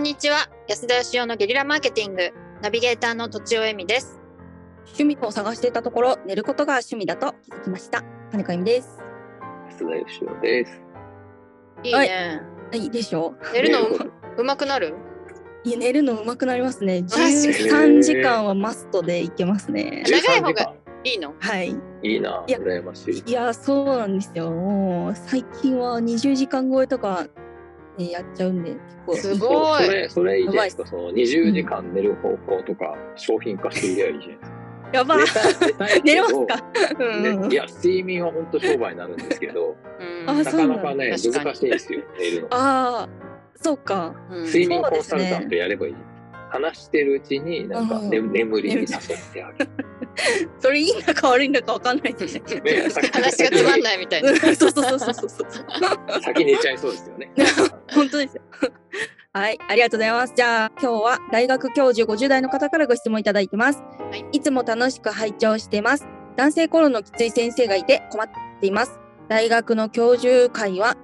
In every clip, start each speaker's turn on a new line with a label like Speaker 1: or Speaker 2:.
Speaker 1: にちは安田義雄のゲリラマーケティングナビゲーターの土尾恵美です
Speaker 2: 趣味を探していたところ、寝ることが趣味だと気づきました。金子由美です。
Speaker 3: 安田義雄です。
Speaker 1: いいね、
Speaker 2: いいでしょ
Speaker 1: 寝るの
Speaker 3: ということで
Speaker 1: うまくなる
Speaker 2: う。いや寝るの上手くなりますね。
Speaker 1: かに
Speaker 2: 13時間はマストでいけますね。
Speaker 1: 長い方が
Speaker 3: 13時間
Speaker 1: いいの
Speaker 2: はい。
Speaker 3: いいな、
Speaker 2: いや
Speaker 3: 羨ましい。
Speaker 2: いや、そうなんですよ。もう最近は20時間超えとか、ね、やっちゃうんで、結
Speaker 1: す
Speaker 2: 構。
Speaker 1: ごい
Speaker 3: それ、それいいじゃないです
Speaker 2: やばいっ
Speaker 3: か。その20時間寝る方向とか、商品化していればいいじゃないですか。
Speaker 2: やばい。
Speaker 3: 寝た い
Speaker 2: 寝れ
Speaker 3: け
Speaker 2: ます
Speaker 3: ど
Speaker 2: か。 うんうん
Speaker 3: ねいや、睡眠は本当商売になるんですけど、
Speaker 1: うん
Speaker 2: あ
Speaker 3: な
Speaker 2: そうな
Speaker 3: か
Speaker 2: んだ
Speaker 3: なかね、
Speaker 1: 確かに
Speaker 3: 難しいんですよ、寝るの。
Speaker 2: ああ、そうか。
Speaker 1: うん
Speaker 3: 睡眠コンサルタントやればいい。話してるうちに、なんか、ね
Speaker 2: うん
Speaker 3: 眠りに誘ってあげる。
Speaker 2: それいいのか悪いのかわかんないですね。
Speaker 3: ねさっき
Speaker 1: 話がつまんないみたいな
Speaker 2: うん そうそうそうそうそうそう。
Speaker 3: 先寝ちゃいそうですよね。
Speaker 2: 本当ですよ。 はい、ありがとうございます。じゃあ今日は大学教授50代の方からご質問いただいてます。
Speaker 1: い
Speaker 2: い、つも楽しく拝聴してます。男性頃のきつい先生がいて困っています。大学の教授会は、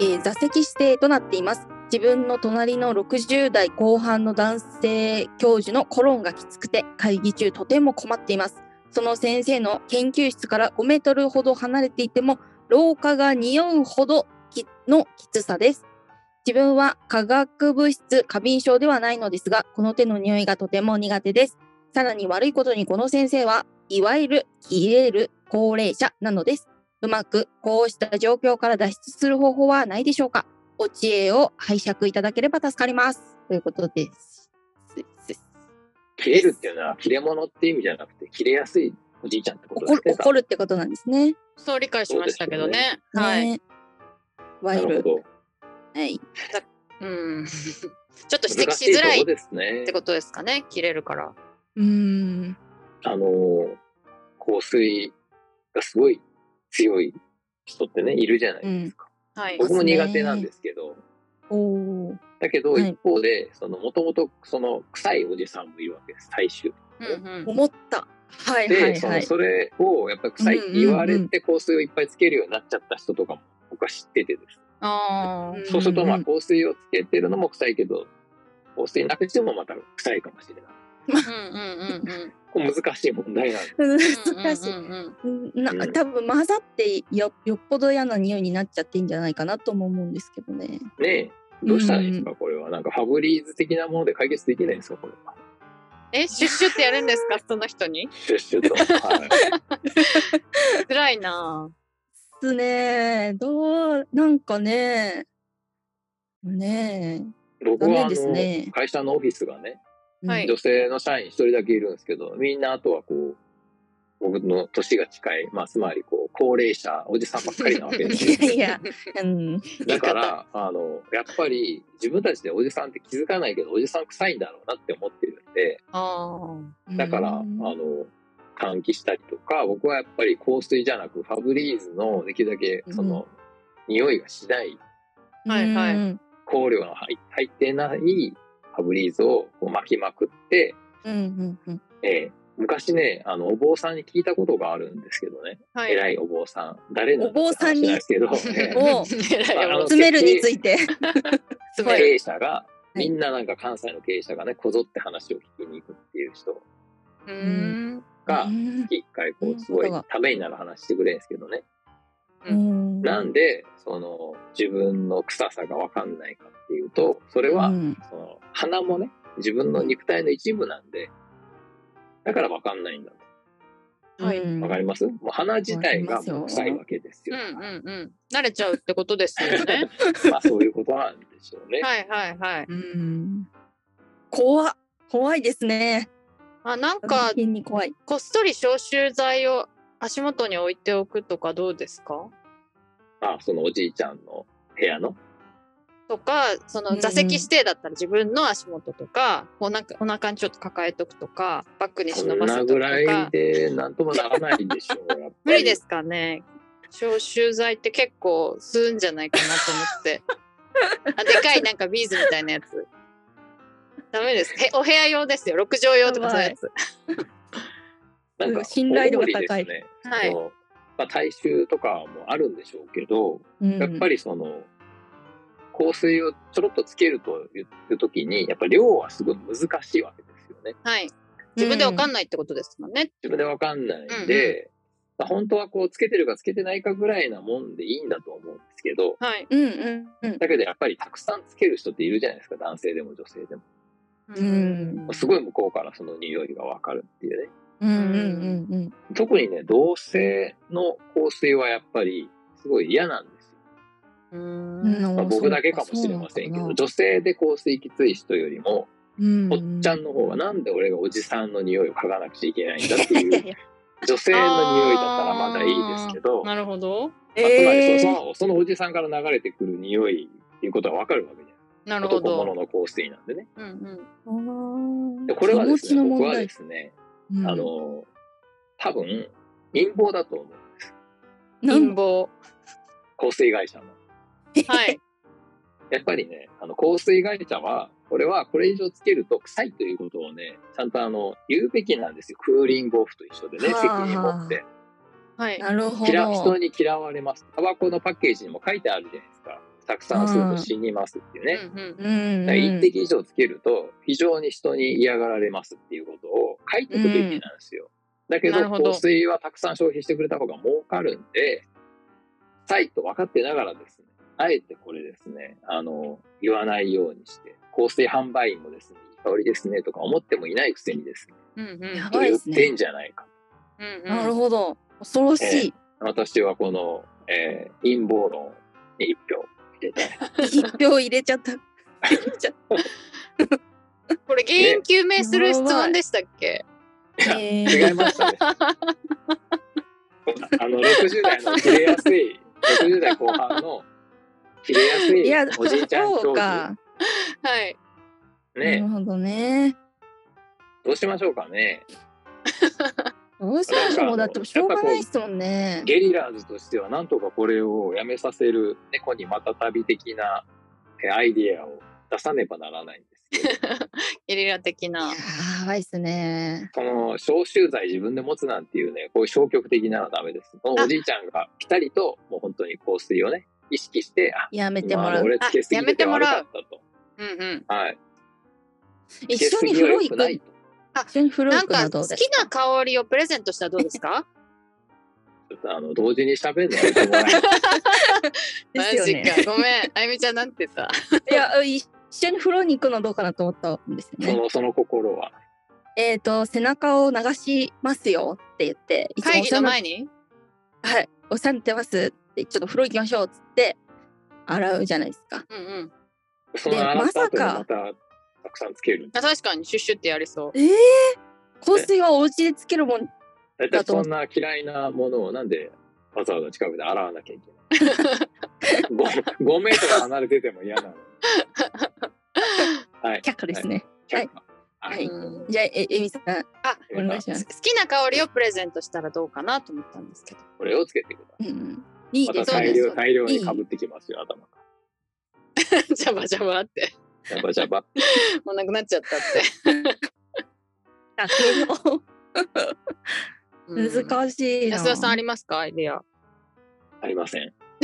Speaker 2: えー座席指定となっています。自分の隣の60代後半の男性教授のコロンがきつくて会議中とても困っています。その先生の研究室から5メートルほど離れていても廊下が匂うほどきのきつさです。自分は化学物質過敏症ではないのですが、この手の匂いがとても苦手です。さらに悪いことにこの先生はいわゆる切れる高齢者なのです。うまくこうした状況から脱出する方法はないでしょうかお知恵を拝借いただければ助かります。ということです。
Speaker 3: 切れるっていうのは、切れ物って意味じゃなくて、切れやすいおじいちゃんってことで
Speaker 2: 怒
Speaker 3: す
Speaker 2: る
Speaker 3: ね。
Speaker 2: 怒るってことなんですね。
Speaker 1: そう理解しましたけどねはい、
Speaker 2: ね。いわ
Speaker 3: な
Speaker 2: ゆ
Speaker 3: る
Speaker 2: る。
Speaker 3: ほど。
Speaker 2: はい。
Speaker 1: うんちょっと指摘
Speaker 3: 難し
Speaker 1: し
Speaker 3: い
Speaker 1: づ
Speaker 3: と
Speaker 1: らい
Speaker 3: こ
Speaker 1: っ
Speaker 3: ですね
Speaker 1: て。ことですかね切れるから
Speaker 2: うーん。
Speaker 3: あのー、香水がすごい強い人ってね、いるじゃないですか。
Speaker 1: はい
Speaker 2: うん
Speaker 3: 僕も苦手なんですけど、
Speaker 2: おー。
Speaker 3: だけど
Speaker 2: はい
Speaker 3: 一方で、その、もともとその臭いおじさんもいるわけです、大衆。
Speaker 1: うんうん
Speaker 2: 思った。はい
Speaker 3: で、
Speaker 2: はい
Speaker 3: そ
Speaker 2: は
Speaker 3: の、
Speaker 2: い。
Speaker 3: それをやっぱり臭いって言われて香水をいっぱいつけるようになっちゃった人とかも、僕は知っててですね。
Speaker 1: あー
Speaker 3: そうすると、まあ
Speaker 2: んん
Speaker 3: 香水をつけてるのも臭いけど、香水なくしてもまた臭いかもしれない。
Speaker 1: うんうんうんうん
Speaker 3: これ難しい問題なんです。
Speaker 2: うん
Speaker 1: うん
Speaker 2: 難しい。
Speaker 1: うんうん
Speaker 2: な
Speaker 3: うん
Speaker 2: 多分混ざってよよっぽど嫌な匂いになっちゃっていいんじゃないかなとも思うんですけどね。
Speaker 3: ねえ、どうしたらいいんですか、これは。なんかファブリーズ的なもので解決できないんですか、これは。
Speaker 1: えシュッシュってやるんですかその人に
Speaker 3: シュッシュと。はい
Speaker 1: 辛いな
Speaker 2: ですねどうなんかねね
Speaker 3: 僕
Speaker 2: ダ
Speaker 3: は
Speaker 2: メ
Speaker 3: あ
Speaker 2: です
Speaker 3: の、
Speaker 2: ね
Speaker 3: 会社のオフィスがね、
Speaker 2: え、
Speaker 1: はい
Speaker 3: 女性の社員一人だけいるんですけど、みんなあとはこう、僕の年が近い、まあ、つまりこう、高齢者、おじさんばっかりなわけですよ。
Speaker 2: いやいや、うん、
Speaker 3: だから、あの、やっぱり自分たちでおじさんって気づかないけど、おじさん臭いんだろうなって思ってるんで、
Speaker 1: あー
Speaker 3: だから、あ
Speaker 2: うん
Speaker 3: の、換気したりとか、僕はやっぱり香水じゃなく、ファブリーズのできるだけ、その、匂いがしない、
Speaker 1: はいはい
Speaker 2: うん
Speaker 3: 香料が入入ってないファブリーズをこう巻きまくって、
Speaker 2: うんうん
Speaker 3: ええ昔ね、あの、お坊さんに聞いたことがあるんですけどね、
Speaker 1: は
Speaker 3: 偉いお坊さん、誰の
Speaker 2: お坊さんに
Speaker 3: 話じゃないですけど、 ええ
Speaker 2: を
Speaker 1: 偉い
Speaker 3: あの
Speaker 1: よ
Speaker 2: 詰めるについて、
Speaker 1: 詰め
Speaker 3: 経
Speaker 1: る
Speaker 3: 営者が、みんななんか関西の経営者がね、こぞって話を聞きに行くっていう人
Speaker 1: うーん
Speaker 3: が
Speaker 2: う、ん
Speaker 3: 一回
Speaker 2: う
Speaker 3: こ
Speaker 2: ん
Speaker 3: う、すごい
Speaker 2: そうだ
Speaker 3: ためになる話してくれるんですけどね。
Speaker 2: うん
Speaker 3: なんで、その、自分の臭さがわかんないかっていうと、それは
Speaker 2: う、ん
Speaker 3: その、鼻もね、自分の肉体の一部なんで、だからわかんないんだと。
Speaker 1: はい
Speaker 2: うん
Speaker 3: わかりますもう鼻自体がもう臭いわけです
Speaker 1: う
Speaker 3: よ。
Speaker 1: んうんうん慣れちゃうってことですよ ね
Speaker 3: まあそういうことなんでしょうね。
Speaker 1: はいはいはい
Speaker 2: うん怖っ怖いですね。
Speaker 1: あなんか
Speaker 2: 人間に怖い。
Speaker 1: こっそり消臭剤を足元に置いておくとかどうですか
Speaker 3: あ、そのおじいちゃんの部屋の。
Speaker 1: とかそ
Speaker 2: うん
Speaker 1: の
Speaker 2: うん
Speaker 1: 座席指定だったら自分の足元とかお腹お腹にちょっと抱えとくとかバッグに
Speaker 3: そ
Speaker 1: 忍
Speaker 3: ん
Speaker 1: ばせ
Speaker 3: な
Speaker 1: とくと
Speaker 3: ぐらい
Speaker 1: か
Speaker 3: でなんともならないでしょう。やっぱり
Speaker 1: 無理です。かね消臭剤って結構吸うんじゃないかなと思って あでかいなんかビーズみたいなやつダメですへお部屋用ですよ6畳用とかそういうやつ
Speaker 3: なんか
Speaker 2: 信頼度が
Speaker 3: 大
Speaker 2: 高い
Speaker 3: 盛りですね。
Speaker 1: はい
Speaker 3: そのまあ、大衆とかもあるんでしょうけど、やっぱ
Speaker 2: り
Speaker 3: りその、香水をちょろっとつけるという時に、やっぱ量はすごい難しいわけですよね。
Speaker 1: はい。自分でわかんないってことですもんね。
Speaker 3: 自分でわかんないんで、まあ本当はこうつけてるかつけてないかぐらいなもんでいいんだと思うんですけど、
Speaker 1: はい。
Speaker 2: うんうんうん。
Speaker 3: だけどやっぱりたくさんつける人っているじゃないですか、男性でも女性でも。
Speaker 2: うん
Speaker 3: すごい向こうからその匂いがわかるっていうね。
Speaker 2: うんうんうん
Speaker 3: 特にね、同性の香水はやっぱりすごい嫌なんですよ。
Speaker 1: う。
Speaker 2: うんん。
Speaker 3: まあ、僕だけかもしれませんけど、
Speaker 2: ち
Speaker 3: 女性で香水きつい人よりも、おっちゃ
Speaker 2: の
Speaker 3: んの方がなんで俺がおじさんの匂いを嗅がなくちゃいけないんだって
Speaker 2: いや
Speaker 3: い
Speaker 2: いうや、
Speaker 3: 女性の匂いだったらまだいいですけど、まあ
Speaker 1: なるほど。
Speaker 2: え
Speaker 3: つまり
Speaker 2: ー
Speaker 3: そのそのおじさんから流れてくる匂いっていうことはわかるわけじゃない
Speaker 1: なるほ
Speaker 3: 男物
Speaker 1: ど。
Speaker 3: の香水なんでね。
Speaker 1: うんうん。
Speaker 2: あー
Speaker 3: でこれは
Speaker 2: 気
Speaker 3: で
Speaker 2: 持
Speaker 3: す
Speaker 2: ち
Speaker 3: ね、
Speaker 2: の
Speaker 3: 僕
Speaker 2: 問
Speaker 3: は
Speaker 2: 題
Speaker 3: で。すね、あの、多分、陰謀だと思う。
Speaker 1: 陰謀。
Speaker 3: 香水会社の。
Speaker 1: はい。
Speaker 3: やっぱりね、あの、香水会社は、これはこれ以上つけると臭いということをね、ちゃんとあの、言うべきなんですよ。クーリングオフと一緒でね、
Speaker 2: はあ
Speaker 3: 責任持って。
Speaker 1: はい。
Speaker 2: なるほ
Speaker 3: 嫌人
Speaker 2: ど。
Speaker 3: に嫌われます。タバコのパッケージにも書いてあるじゃないですか。たくさん吸うと死にますっていうね。
Speaker 1: うんうん。
Speaker 2: うん
Speaker 3: だから一滴以上つけると、非常に人に嫌がられますっていうことを書いておくべきなんですよ。だけ
Speaker 1: な
Speaker 3: ど、
Speaker 1: るほど
Speaker 3: 香水はたくさん消費してくれた方が儲かるんで、臭いと分かってながらですね、あえてこれですね、あの、言わないようにして、香水販売員もですね、いい香りですねとか思ってもいないくせにですね、
Speaker 1: うんうん。
Speaker 2: やばい
Speaker 3: 言
Speaker 2: で
Speaker 3: っ
Speaker 2: すね
Speaker 3: てんじゃないか。
Speaker 1: うんうん
Speaker 2: なるほど。恐ろしい。
Speaker 3: 私はこの、えー陰謀論に一 票入れたい。
Speaker 2: 一票入れちゃった。入れちゃっ
Speaker 1: これ原因究明する質問でしたっけ
Speaker 2: た。 えー
Speaker 3: 違いましたね。あの60代の切れやすい60代後半の切れ
Speaker 2: いや
Speaker 3: やすいおじいちゃん
Speaker 2: そ
Speaker 3: 教
Speaker 2: う
Speaker 3: 授
Speaker 2: か。
Speaker 1: はい。
Speaker 2: なる
Speaker 3: ね
Speaker 2: ほどね。
Speaker 3: どうしましょうかね
Speaker 2: どうしましょう。だってしょうがないですもんね。
Speaker 3: ゲリラーズとしてはなんとかこれをやめさせる猫にまた旅的なえアイディアを出さねばならないんですけど
Speaker 1: ゲリラ的な。
Speaker 2: やばいっすね。
Speaker 3: その消臭剤自分で持つなんていうねこういう消極的なのはダメですそのおじいちゃんがピタリともう本当に香水をね意識してあ
Speaker 2: やめても
Speaker 3: 今あ
Speaker 2: ら
Speaker 3: の
Speaker 2: う。
Speaker 3: 俺つけすぎてて悪かったと
Speaker 1: うんうん。
Speaker 3: はい
Speaker 2: 一緒に風呂行く。一緒に風呂
Speaker 1: な
Speaker 2: 行
Speaker 1: ん
Speaker 2: くの
Speaker 1: か
Speaker 2: はど
Speaker 1: 好
Speaker 2: うで
Speaker 1: き
Speaker 2: す
Speaker 1: な香りをプレゼントしたらどうですか
Speaker 3: ちょっとあの同時に喋るのやめてもらえ ない
Speaker 2: で
Speaker 1: マ
Speaker 2: すよ
Speaker 1: ジ
Speaker 2: ね。
Speaker 1: か。ごめん。あゆみちゃんなんて言っ た
Speaker 2: いや、一緒に風呂に行くのどうかなと思ったんですよ
Speaker 3: そ
Speaker 2: ね。
Speaker 3: のその心は
Speaker 2: えっと、背中を流しますよって言って、いつも
Speaker 1: 会
Speaker 2: お
Speaker 1: 議
Speaker 2: 世話
Speaker 1: の
Speaker 2: になっ
Speaker 1: 前に
Speaker 2: はい、お世話になってますって、ちょっと風呂行きましょうっつって、洗うじゃないですか。
Speaker 1: うんうん。
Speaker 3: その洗った後にまたたくさんつける
Speaker 1: あ確かにシュッシュってやりそう。
Speaker 2: ええ香水はお家でつけるもん。
Speaker 3: 大体そんな嫌いなものをなんでわざわざ近くで洗わなきゃい けない 5, 5メートル離れてても嫌なのにはい
Speaker 2: 却下ですね。
Speaker 3: 却下
Speaker 2: は
Speaker 3: はいい、
Speaker 1: うん
Speaker 2: じゃあ、え、えみさん、
Speaker 1: あ、
Speaker 2: お願いします。
Speaker 1: 好きな香りをプレゼントしたらどうかなと思ったんですけど。
Speaker 3: これをつけてくださ
Speaker 2: うんうん。いい
Speaker 3: いま
Speaker 2: で
Speaker 3: た
Speaker 2: す
Speaker 3: 大
Speaker 2: ね。
Speaker 3: 量大量にかぶってきますよ頭が
Speaker 1: ジャバジャバって。
Speaker 3: ジャバジャバ
Speaker 1: もうなくなっちゃったって。
Speaker 2: あそう
Speaker 1: い。
Speaker 2: 難しいな。
Speaker 1: 安田さんありますかアイディア。
Speaker 3: ありません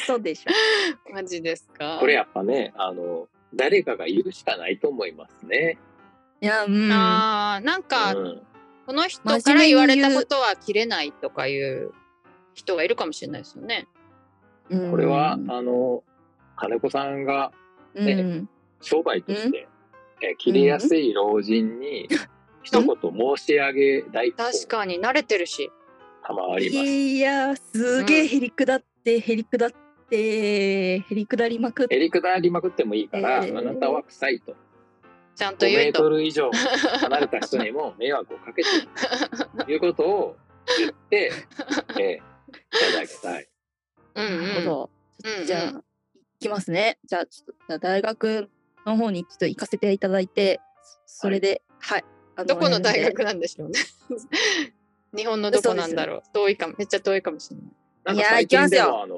Speaker 2: 嘘でしょ。
Speaker 1: マジですか
Speaker 3: これやっぱねあの誰かが言うしかないと思いますね
Speaker 2: いや、うん。
Speaker 1: あーなんか、
Speaker 3: うん
Speaker 1: この人から言われたことは切れないとかいう人がいるかもしれないですよね。
Speaker 2: うん
Speaker 3: これは、あの金子さんがね
Speaker 2: うん。
Speaker 3: 商売として、えー切れやすい老人に一言申し上げ代行
Speaker 1: 確かに慣れてるし。
Speaker 3: 賜ります。
Speaker 2: いや、すげえへりくだって、へりくだって、へりくだりまくっ
Speaker 3: え
Speaker 2: て。
Speaker 3: りくだりまくってもいいから、
Speaker 2: えー
Speaker 3: あなたは臭いと。
Speaker 1: ちゃんと
Speaker 3: 5
Speaker 1: 言
Speaker 3: メ
Speaker 1: う
Speaker 3: ート
Speaker 1: と。
Speaker 3: ル以上離れた人にも迷惑をかけているということを言って、 えーいただきたい。
Speaker 1: うんうん
Speaker 2: なるほど。ちょ
Speaker 1: うん
Speaker 2: っ
Speaker 1: う
Speaker 2: と
Speaker 1: ん
Speaker 2: じゃあ、行きますね。じゃあ、ちょっと、じゃあ大学の方にちょっと行かせていただいて、そそれで、はい。あ
Speaker 1: どこの大
Speaker 2: 選んで
Speaker 1: 学なんでしょうね。 日本のどこなんだろう。遠いかも、めっちゃ遠いかもしれない。
Speaker 3: なん
Speaker 2: い
Speaker 3: か
Speaker 2: やー
Speaker 3: 最
Speaker 2: 行きま
Speaker 3: 近
Speaker 2: す
Speaker 3: で
Speaker 2: よ
Speaker 3: もあの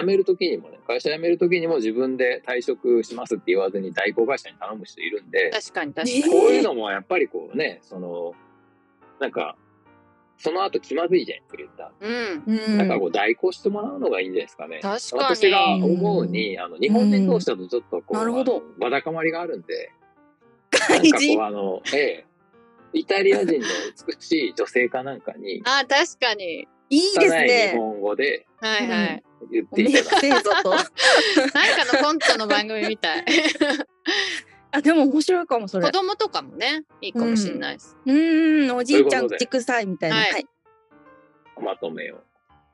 Speaker 3: 辞める時にもね会社辞める時にも自分で退職しますって言わずに代行会社に頼む人いるんで、
Speaker 1: 確かに確か
Speaker 2: え
Speaker 1: に。
Speaker 2: ー
Speaker 3: こういうのもやっぱりこうね、その、なんか、その後気まずいじゃないですか、言ったら。
Speaker 1: うん。
Speaker 2: うん
Speaker 3: だからこう代行してもらうのがいいんじゃないですかね。
Speaker 1: 確かに。
Speaker 3: 私が思うに、あの、日本人同士だとちょっとこう、
Speaker 2: なるほど
Speaker 3: あのわだかまりがあるんで、な
Speaker 2: 外
Speaker 3: んかこ
Speaker 2: 人
Speaker 3: う、あの、ええ、イタリア人の美しい女性かなんかに、
Speaker 1: あー、確かに。
Speaker 2: いいです
Speaker 3: 拙い日
Speaker 2: ね。
Speaker 3: 本語で
Speaker 1: はいはい。
Speaker 3: 言っ
Speaker 2: お
Speaker 3: て
Speaker 2: め
Speaker 3: い
Speaker 2: え
Speaker 3: た
Speaker 2: く
Speaker 3: だ
Speaker 2: せえぞと。
Speaker 1: なんかのコントの番組み たい。
Speaker 2: あ、でも面白いかも、それ
Speaker 1: 子。供とかもね、いいかもしれないです。
Speaker 2: うーん、おじいちゃ
Speaker 3: とい
Speaker 2: ん
Speaker 3: うこと
Speaker 2: 口
Speaker 3: で
Speaker 2: 臭いみたいな。
Speaker 1: はい
Speaker 2: はい。
Speaker 3: くま とめを。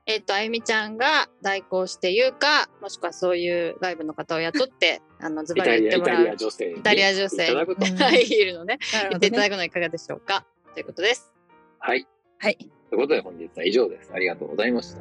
Speaker 1: えっと、あゆみちゃんが代行して言うか、もしくはそういう外部の方を雇って、あの、ズ
Speaker 3: イ
Speaker 1: バ
Speaker 3: タ
Speaker 1: リ言っ
Speaker 3: リア、
Speaker 1: てもらう。
Speaker 3: イタリ
Speaker 1: イ
Speaker 3: ア女性。
Speaker 1: タリア女性
Speaker 3: いただくと。
Speaker 2: うん
Speaker 1: はい、いるのね。
Speaker 2: なる
Speaker 1: 言
Speaker 2: ほ
Speaker 1: って
Speaker 2: ど
Speaker 1: いただ
Speaker 2: ね。
Speaker 1: くのいかがでしょうか。ということです。
Speaker 3: はい。
Speaker 2: はい。
Speaker 3: ということで本日は以上です。ありがとうございました。